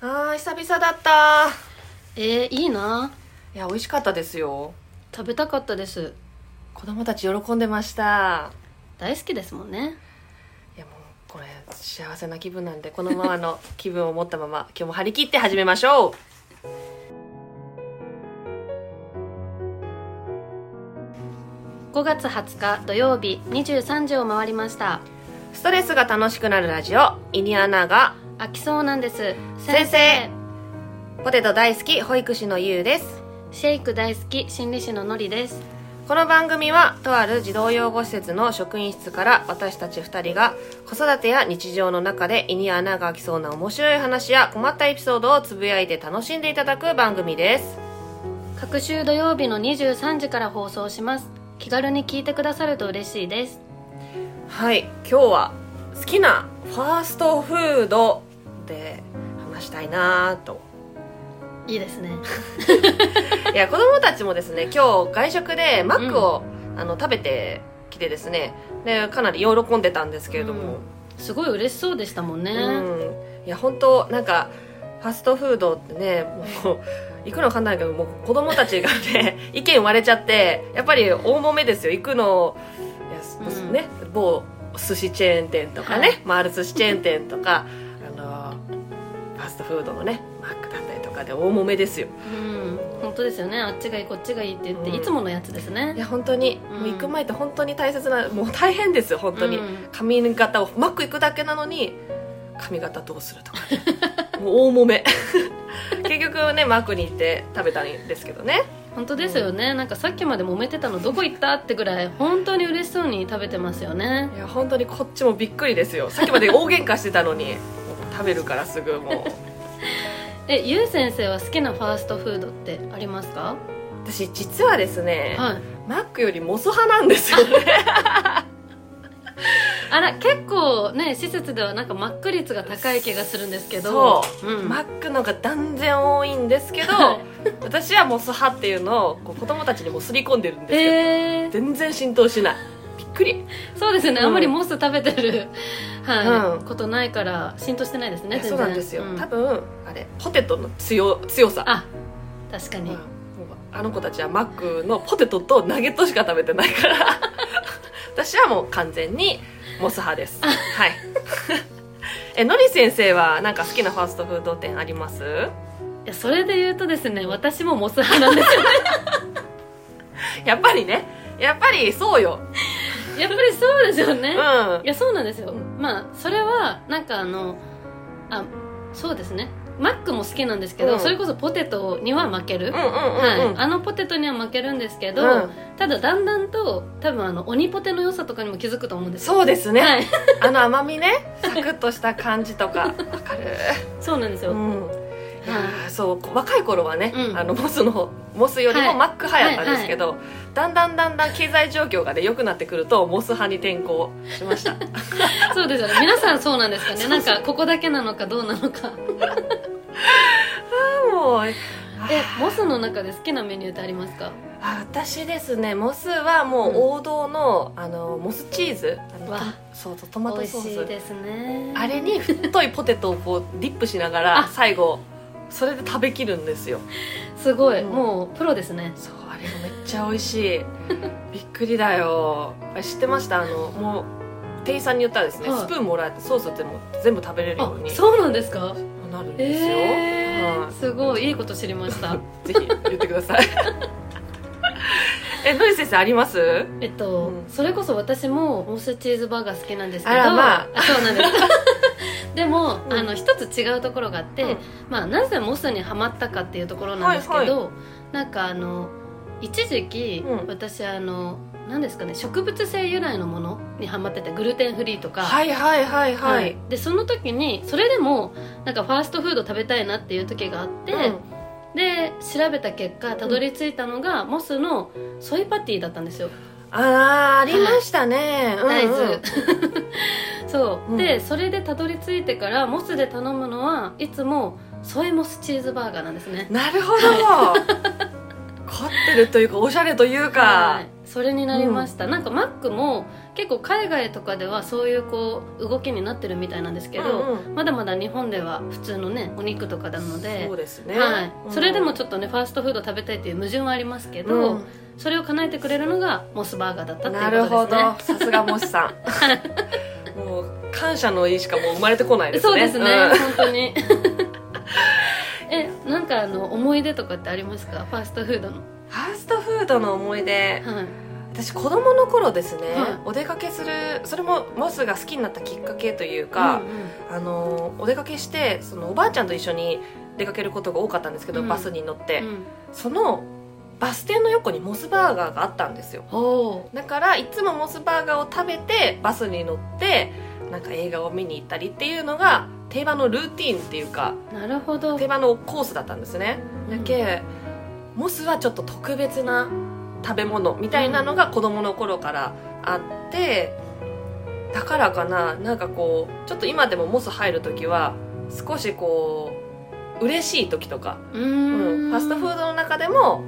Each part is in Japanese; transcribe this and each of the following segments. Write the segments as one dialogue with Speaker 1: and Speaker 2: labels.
Speaker 1: 久々だった
Speaker 2: えー、いいない
Speaker 1: や美味しかったですよ
Speaker 2: 食べたかったです
Speaker 1: 子供たち喜んでました
Speaker 2: 大好きですもんね
Speaker 1: いやもうこれ幸せな気分なんでこのままの気分を持ったまま今日も張り切って始めましょ
Speaker 2: 5月20日土曜日23時を回りました
Speaker 1: うストレスが楽しくなるラジオイニアナが
Speaker 2: 飽きそうなんです
Speaker 1: 先生ポテト大好き保育士のゆうです
Speaker 2: シェイク大好き心理師ののりです
Speaker 1: この番組はとある児童養護施設の職員室から私たち2人が子育てや日常の中で胃に穴が開きそうな面白い話や困ったエピソードをつぶやいて楽しんでいただく番組です
Speaker 2: 各週土曜日の23時から放送します気軽に聞いてくださると嬉しいです
Speaker 1: はい今日は好きなファーストフードで話したいなぁ と
Speaker 2: いいですね
Speaker 1: いや子供たちもですね今日外食でマックを、あの食べてきてですねでかなり喜んでたんですけれども、
Speaker 2: うんすごい嬉しそうでしたもんね、
Speaker 1: うん、いや本当なんかファストフードってねもう行くの簡単だけどもう子供たちが ね意見割れちゃってやっぱり大揉めですよ行くのいやす
Speaker 2: うん
Speaker 1: ね、某寿司チェーン店とかね、
Speaker 2: はい
Speaker 1: 回る寿司チェーン店とかあのファストフードのねマックだったりとかで大揉めですよ
Speaker 2: うん本当ですよねあっちがいいこっちがいいって言って、
Speaker 1: うん
Speaker 2: いつものやつです
Speaker 1: い
Speaker 2: ね
Speaker 1: や本当に、
Speaker 2: うん
Speaker 1: もう行く前って本当に大切なもう大変ですよ本当に、
Speaker 2: うん
Speaker 1: 髪型をマック行くだけなのに髪型どうするとかね もう大揉め 結局ねマックに行って食べたんですけどね
Speaker 2: 本当ですよね、なんかさっきまで揉めてたのどこ行ったってぐらい本当に嬉しそうに食べてますよね
Speaker 1: いや本当にこっちもびっくりですよさっきまで大喧嘩してたのにもう食べるからすぐもう
Speaker 2: えゆう先生は好きなファーストフードってありますか
Speaker 1: 私実はですね、
Speaker 2: はい
Speaker 1: マックよりモス派なんですよね
Speaker 2: あら結構ね施設ではなんかマック率が高い気がするんですけど、
Speaker 1: そう
Speaker 2: ん、
Speaker 1: マックのが断然多いんですけど
Speaker 2: はい
Speaker 1: 私はモス派っていうのをこう子供たちにもすり込んでるんですけど、
Speaker 2: えー、
Speaker 1: 全然浸透しないびっくり
Speaker 2: そうですよね、
Speaker 1: うん
Speaker 2: あんまりモス食べてる、はい
Speaker 1: うん
Speaker 2: ことないから浸透してないですね全然
Speaker 1: そうなんですよ、
Speaker 2: ん
Speaker 1: 多分あれポテトの強強さ
Speaker 2: あ確か
Speaker 1: うん
Speaker 2: に、
Speaker 1: もうあの子たちはマックのポテトとナゲットしか食べてないから 私はもう完全にモス派ですはい えのり先生はなんか好きなファーストフード店あります
Speaker 2: いやそれで言うとですね私もモス 派なんですよ
Speaker 1: やっぱりねやっぱりそうよ
Speaker 2: やっぱりそうですよ
Speaker 1: う
Speaker 2: ね
Speaker 1: ん、はい
Speaker 2: やそうなんですよまあそれはなんかあのあそうですねマックも好きなんですけど、
Speaker 1: うん
Speaker 2: それこそポテトには負ける、
Speaker 1: い、うんうんうん
Speaker 2: はい
Speaker 1: うん、
Speaker 2: あのポテトには負けるんですけど、
Speaker 1: うん
Speaker 2: ただだんだんと多分あの鬼ポテの良さとかにも気づくと思うんですよ
Speaker 1: そうですね、
Speaker 2: はい
Speaker 1: あの甘みねサクッとした感じとかわかる
Speaker 2: そうなんですよ、
Speaker 1: うんいやーそうこ若い頃はね、
Speaker 2: うん
Speaker 1: あのモスのモスより
Speaker 2: は
Speaker 1: も
Speaker 2: い
Speaker 1: マック派やったんですけど、だんだんだんだん経済状況がね良くなってくるとモス派に転向しました
Speaker 2: そうですよね皆さんそうなんですかね
Speaker 1: そうそう
Speaker 2: なんかここだけなのかどうなのか
Speaker 1: もう
Speaker 2: えモスの中で好きなメニューってありますか
Speaker 1: あ私ですねモスはもう王道の,、あのモスチーズあの
Speaker 2: わ
Speaker 1: そうそうトマト
Speaker 2: 美味
Speaker 1: ソ
Speaker 2: しい
Speaker 1: ース
Speaker 2: ですね
Speaker 1: あれに太いポテトをこうディップしながら
Speaker 2: あ
Speaker 1: 最後それで食べきるんですよ
Speaker 2: すごい、
Speaker 1: うん
Speaker 2: もうプロですね
Speaker 1: そうあれがめっちゃ美味しいびっくりだよあれ知ってましたあのもう店員さんに言ったらですね、
Speaker 2: はい
Speaker 1: スプーンもらえてソースってもう全部食べれるよ
Speaker 2: あ
Speaker 1: うに
Speaker 2: そうなんですか
Speaker 1: なるんですよ、
Speaker 2: え
Speaker 1: は
Speaker 2: ー、すごいいいこと知りました
Speaker 1: いぜひ言ってください えのり先生あります
Speaker 2: えっと、
Speaker 1: うん
Speaker 2: それこそ私もモスチーズバーガー好きなんですけど
Speaker 1: あらまあ
Speaker 2: そうなんです でも、
Speaker 1: うん
Speaker 2: あの一つ違うところがあって、
Speaker 1: うん
Speaker 2: まあ、なぜモスにはまったかっていうところなんですけど、
Speaker 1: はい
Speaker 2: なんかあの一時期、
Speaker 1: うん
Speaker 2: 私あの何ですかね植物性由来のものにはまっててグルテンフリーとか、
Speaker 1: はいはいはいは
Speaker 2: はいい、でその時にそれでもなんかファーストフード食べたいなっていう時があって、
Speaker 1: うん
Speaker 2: で調べた結果たどり着いたのが、モスのソイパティだったんですよ
Speaker 1: あーありましたね、
Speaker 2: 大
Speaker 1: うんうん
Speaker 2: 豆 そう、
Speaker 1: うん
Speaker 2: でそれでたどり着いてからモスで頼むのはいつもソイモスチーズバーガーなんですね
Speaker 1: なるほど 凝ってるというかおしゃれというか、
Speaker 2: はいそれになりました、なんかマックも結構海外とかではそういうこう動きになってるみたいなんですけど、
Speaker 1: うんうん
Speaker 2: まだまだ日本では普通のねお肉とかなので
Speaker 1: そうですね、
Speaker 2: はい
Speaker 1: うん
Speaker 2: それでもちょっとねファーストフード食べたいっていう矛盾はありますけど、
Speaker 1: うん
Speaker 2: それを叶えてくれるのがモスバーガーだったって
Speaker 1: な
Speaker 2: いう
Speaker 1: る
Speaker 2: こ
Speaker 1: ほ
Speaker 2: とで
Speaker 1: ど
Speaker 2: すね
Speaker 1: さすがもしさん もう感謝の意しかもう生まれてこないですね
Speaker 2: そうですね、
Speaker 1: ん
Speaker 2: 本当に えなんかあの思い出とかってありますかファーストフードの、
Speaker 1: ファーストフードの思い出
Speaker 2: はい、
Speaker 1: 私子供の頃ですね、
Speaker 2: はい
Speaker 1: お出かけするそれもモスが好きになったきっかけというか
Speaker 2: うん、う
Speaker 1: あのお出かけしてそのおばあちゃんと一緒に出かけることが多かったんですけど、
Speaker 2: うん
Speaker 1: バスに乗って、
Speaker 2: んうん
Speaker 1: そのバス停の横にモスバーガーがあったんですよ
Speaker 2: おー
Speaker 1: だからいつもモスバーガーを食べてバスに乗ってなんか映画を見に行ったりっていうのが定番のルーティンっていうか
Speaker 2: なるほど
Speaker 1: 定番のコースだったんですねだけ、モスはちょっと特別な食べ物みたいなのが子供の頃からあってだからかななんかこうちょっと今でもモス入る時は少しこう嬉しい時とか、
Speaker 2: う
Speaker 1: うんん、ファストフードの中でも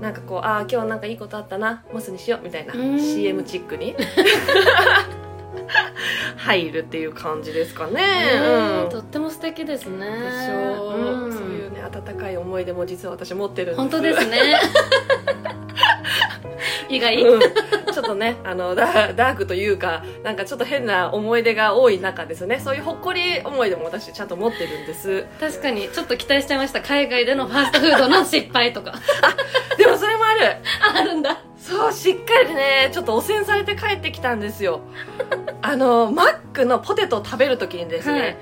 Speaker 1: なんかこうああ今日なんかいいことあったなモスにしようみたいな
Speaker 2: うん
Speaker 1: CM チックに 入るっていう感じですかね。
Speaker 2: ね
Speaker 1: うん
Speaker 2: とっても素敵ですね
Speaker 1: でしょう、
Speaker 2: ん
Speaker 1: そういうね温かい思い出も実は私持ってるんです
Speaker 2: 本当です ね意外、
Speaker 1: うんちょっとねあのダダークというかなんかちょっと変な思い出が多い中ですねそういうほっこり思い出も私ちゃんと持ってるんです
Speaker 2: 確かにちょっと期待しちゃいました海外でのファーストフードの失敗とか
Speaker 1: でもそれも ある
Speaker 2: あるんだ
Speaker 1: そうしっかりねちょっと汚染されて帰ってきたんです よあのマックのポテトを食べる時にですね、
Speaker 2: はい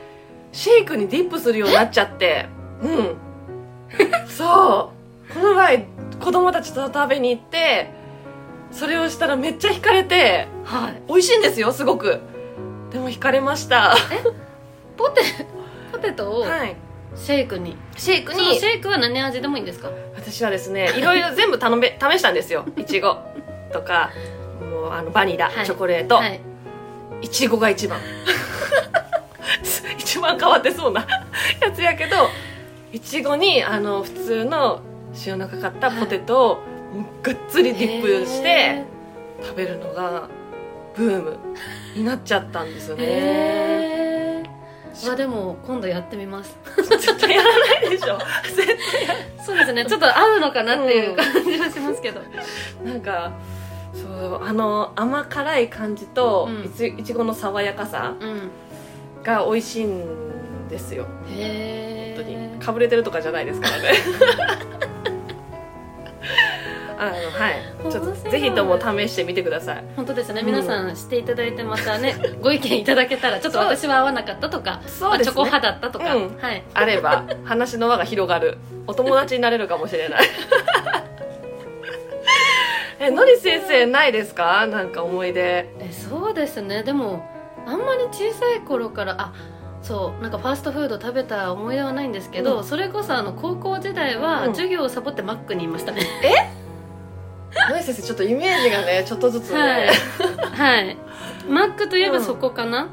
Speaker 1: シェイクにディップするようになっちゃ ってうんそうこの前子供たちと食べに行ってそれをしたらめっちゃ惹かれて
Speaker 2: はい
Speaker 1: 美味しいんですよすごくでも惹かれました
Speaker 2: ポテポテトを
Speaker 1: はい
Speaker 2: シェイクに、
Speaker 1: シェイク
Speaker 2: その
Speaker 1: に
Speaker 2: シェイクは何味でもいいんですか
Speaker 1: 私はです ねいろいろ全部頼め試したんですよいちごとかもうあのバニラ、
Speaker 2: はい
Speaker 1: チョコレート、
Speaker 2: はい
Speaker 1: いちごが一番一番変わってそうなやつやけどいちごにあの普通の塩のかかったポテトをがっつりディップして
Speaker 2: へ
Speaker 1: 食べるのがブームになっちゃったんですよ
Speaker 2: ー
Speaker 1: ね
Speaker 2: へーまあでも今度やってみます
Speaker 1: 絶対やらないでしょ絶対
Speaker 2: そうですねちょっと合うのかなっていう感じはしますけど、
Speaker 1: なんかそうあの甘辛い感じと、
Speaker 2: うん
Speaker 1: いちいちごの爽やかさ
Speaker 2: うん
Speaker 1: が美味しいんですよ
Speaker 2: へえ
Speaker 1: 本当にかぶれてるとかじゃないですから ねあのはいちょ
Speaker 2: 面
Speaker 1: っ
Speaker 2: 白
Speaker 1: と
Speaker 2: い
Speaker 1: ぜひとも試してみてください
Speaker 2: 本当ですね、
Speaker 1: うん
Speaker 2: 皆さんしていただいてまたねご意見いただけたらちょっと
Speaker 1: そう
Speaker 2: 私は合わなかったとか、
Speaker 1: そ
Speaker 2: ま
Speaker 1: う
Speaker 2: あ
Speaker 1: で
Speaker 2: チ
Speaker 1: す
Speaker 2: ョコ
Speaker 1: ね
Speaker 2: 派だったとか、
Speaker 1: うん
Speaker 2: はい
Speaker 1: あれば話の輪が広がるお友達になれるかもしれない えのり先生ないですかなんか思い出
Speaker 2: えそうですねでもあんまり小さい頃からあそうなんかファーストフード食べた思い出はないんですけど、
Speaker 1: うん
Speaker 2: それこそあの高校時代
Speaker 1: う
Speaker 2: は
Speaker 1: ん
Speaker 2: 授業をサボってマックにいましたね、
Speaker 1: のり先生ちょっとイメージがねちょっとずつね、
Speaker 2: はいはいマックといえば
Speaker 1: うん
Speaker 2: そこか
Speaker 1: うん
Speaker 2: な、
Speaker 1: うんう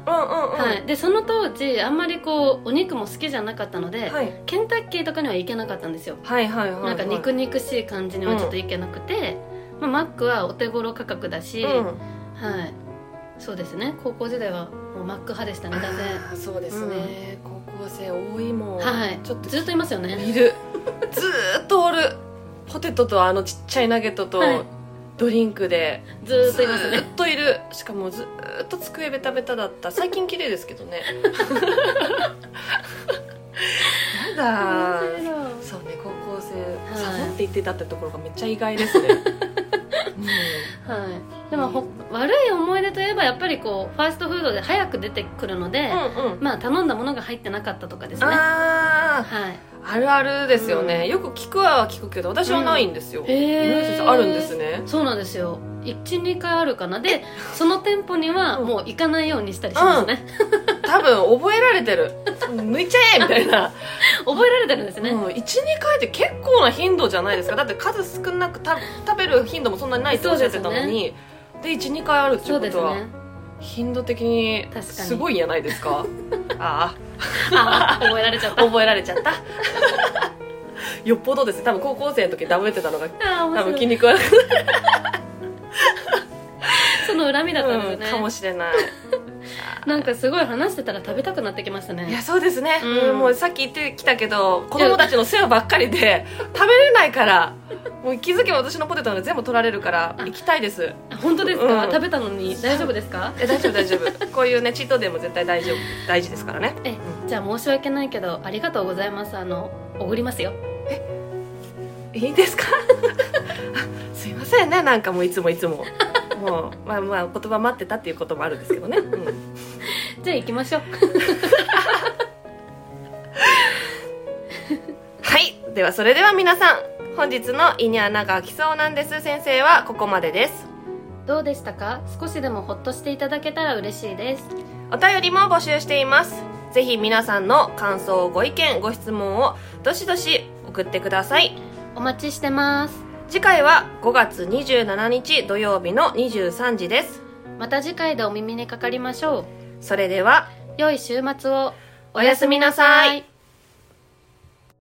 Speaker 1: ん
Speaker 2: はい、でその当時あんまりこうお肉も好きじゃなかったので、
Speaker 1: はい
Speaker 2: ケンタッキーとかには行けなかったんですよ
Speaker 1: はいはいはいはい
Speaker 2: なんか肉肉しい感じにはちょっといけなくて、まあ、マックはお手頃価格だし、
Speaker 1: うん
Speaker 2: はいそうですね高校時代はもうマック派でしたねだ然
Speaker 1: あーそうですね、高校生多いもん、
Speaker 2: はい
Speaker 1: ちょっと
Speaker 2: ずっといますよね
Speaker 1: いるずーっとおるポテトとあのちっちゃいナゲットと、
Speaker 2: はい
Speaker 1: ドリンクで
Speaker 2: ずーっといます
Speaker 1: ず
Speaker 2: ね
Speaker 1: ーっといるしかもずーっと机ベタベタだった最近綺麗ですけど ねやだーそうね高校生
Speaker 2: は
Speaker 1: サボ
Speaker 2: い
Speaker 1: って言ってたってところがめっちゃ意外ですね、
Speaker 2: はいでもほ悪い思い出といえばやっぱりこうファーストフードで早く出てくるので
Speaker 1: う、ん、うんうん
Speaker 2: まあ頼んだものが入ってなかったとかですねは
Speaker 1: あー
Speaker 2: い
Speaker 1: あるあるですよね、
Speaker 2: うん
Speaker 1: よく聞くは聞くけど私はないんですよ、
Speaker 2: へー
Speaker 1: 野口先生あるんですね
Speaker 2: そうなんですよ12回あるか なでその店舗には
Speaker 1: うん
Speaker 2: もう行かないようにしたりしますね、
Speaker 1: 多分覚えられて る抜いちゃえみたいな、
Speaker 2: 覚えられてるんです
Speaker 1: う
Speaker 2: ね、
Speaker 1: ん、12回って結構な頻度じゃないですかだって数少なくた食べる頻度もそんなにないっておっしゃってたのにで,、12回あるってい
Speaker 2: そうう
Speaker 1: こ
Speaker 2: です
Speaker 1: とは、
Speaker 2: ね
Speaker 1: 頻度的に
Speaker 2: 確かに
Speaker 1: すごいんじゃないですかあ
Speaker 2: ああ覚えられちゃっ
Speaker 1: あ
Speaker 2: たあ
Speaker 1: 覚えられちゃった よっぽどですね多分高校生の時ダブってたのが
Speaker 2: あー面
Speaker 1: 多分
Speaker 2: 白
Speaker 1: 筋
Speaker 2: い
Speaker 1: 肉は
Speaker 2: その恨みだったんです
Speaker 1: うん、か
Speaker 2: ね
Speaker 1: も、しれない
Speaker 2: なんかすごい話してたら食べたくなってきました
Speaker 1: いや
Speaker 2: ね
Speaker 1: そうですね、
Speaker 2: うん
Speaker 1: うんもうさっき言ってきたけど子供たちの世話ばっかりで食べれないからもう気づけば私のポテトが全部取られるから
Speaker 2: あ
Speaker 1: 行きたいです
Speaker 2: あ本当ですか、
Speaker 1: うん
Speaker 2: 食べたのに大丈夫ですか
Speaker 1: え大丈夫大丈 夫こういうねチートデイも絶対大丈夫大事ですからね
Speaker 2: え
Speaker 1: う
Speaker 2: じゃあ申し訳ないけどありがとうございますあのおごりますよ
Speaker 1: いいですかあ すいませんねなんかもういつもいつももうまあまあ言葉待ってたっていうこともあるんですけどね、うん
Speaker 2: じゃあ行きまし ょう
Speaker 1: はいではそれでは皆さん本日の「胃に穴が開きそうなんです」先生はここまでです
Speaker 2: どうでしたか少しでもほっとしていただけたら嬉しいです
Speaker 1: お便りも募集していますぜひ皆さんの感想ご意見ご質問をどしどし送ってください
Speaker 2: お待ちしてます
Speaker 1: 次回は5月27日土曜日の23時です
Speaker 2: また次回でお耳にかかりましょう
Speaker 1: それでは
Speaker 2: 良い週末を
Speaker 1: おやすみなさい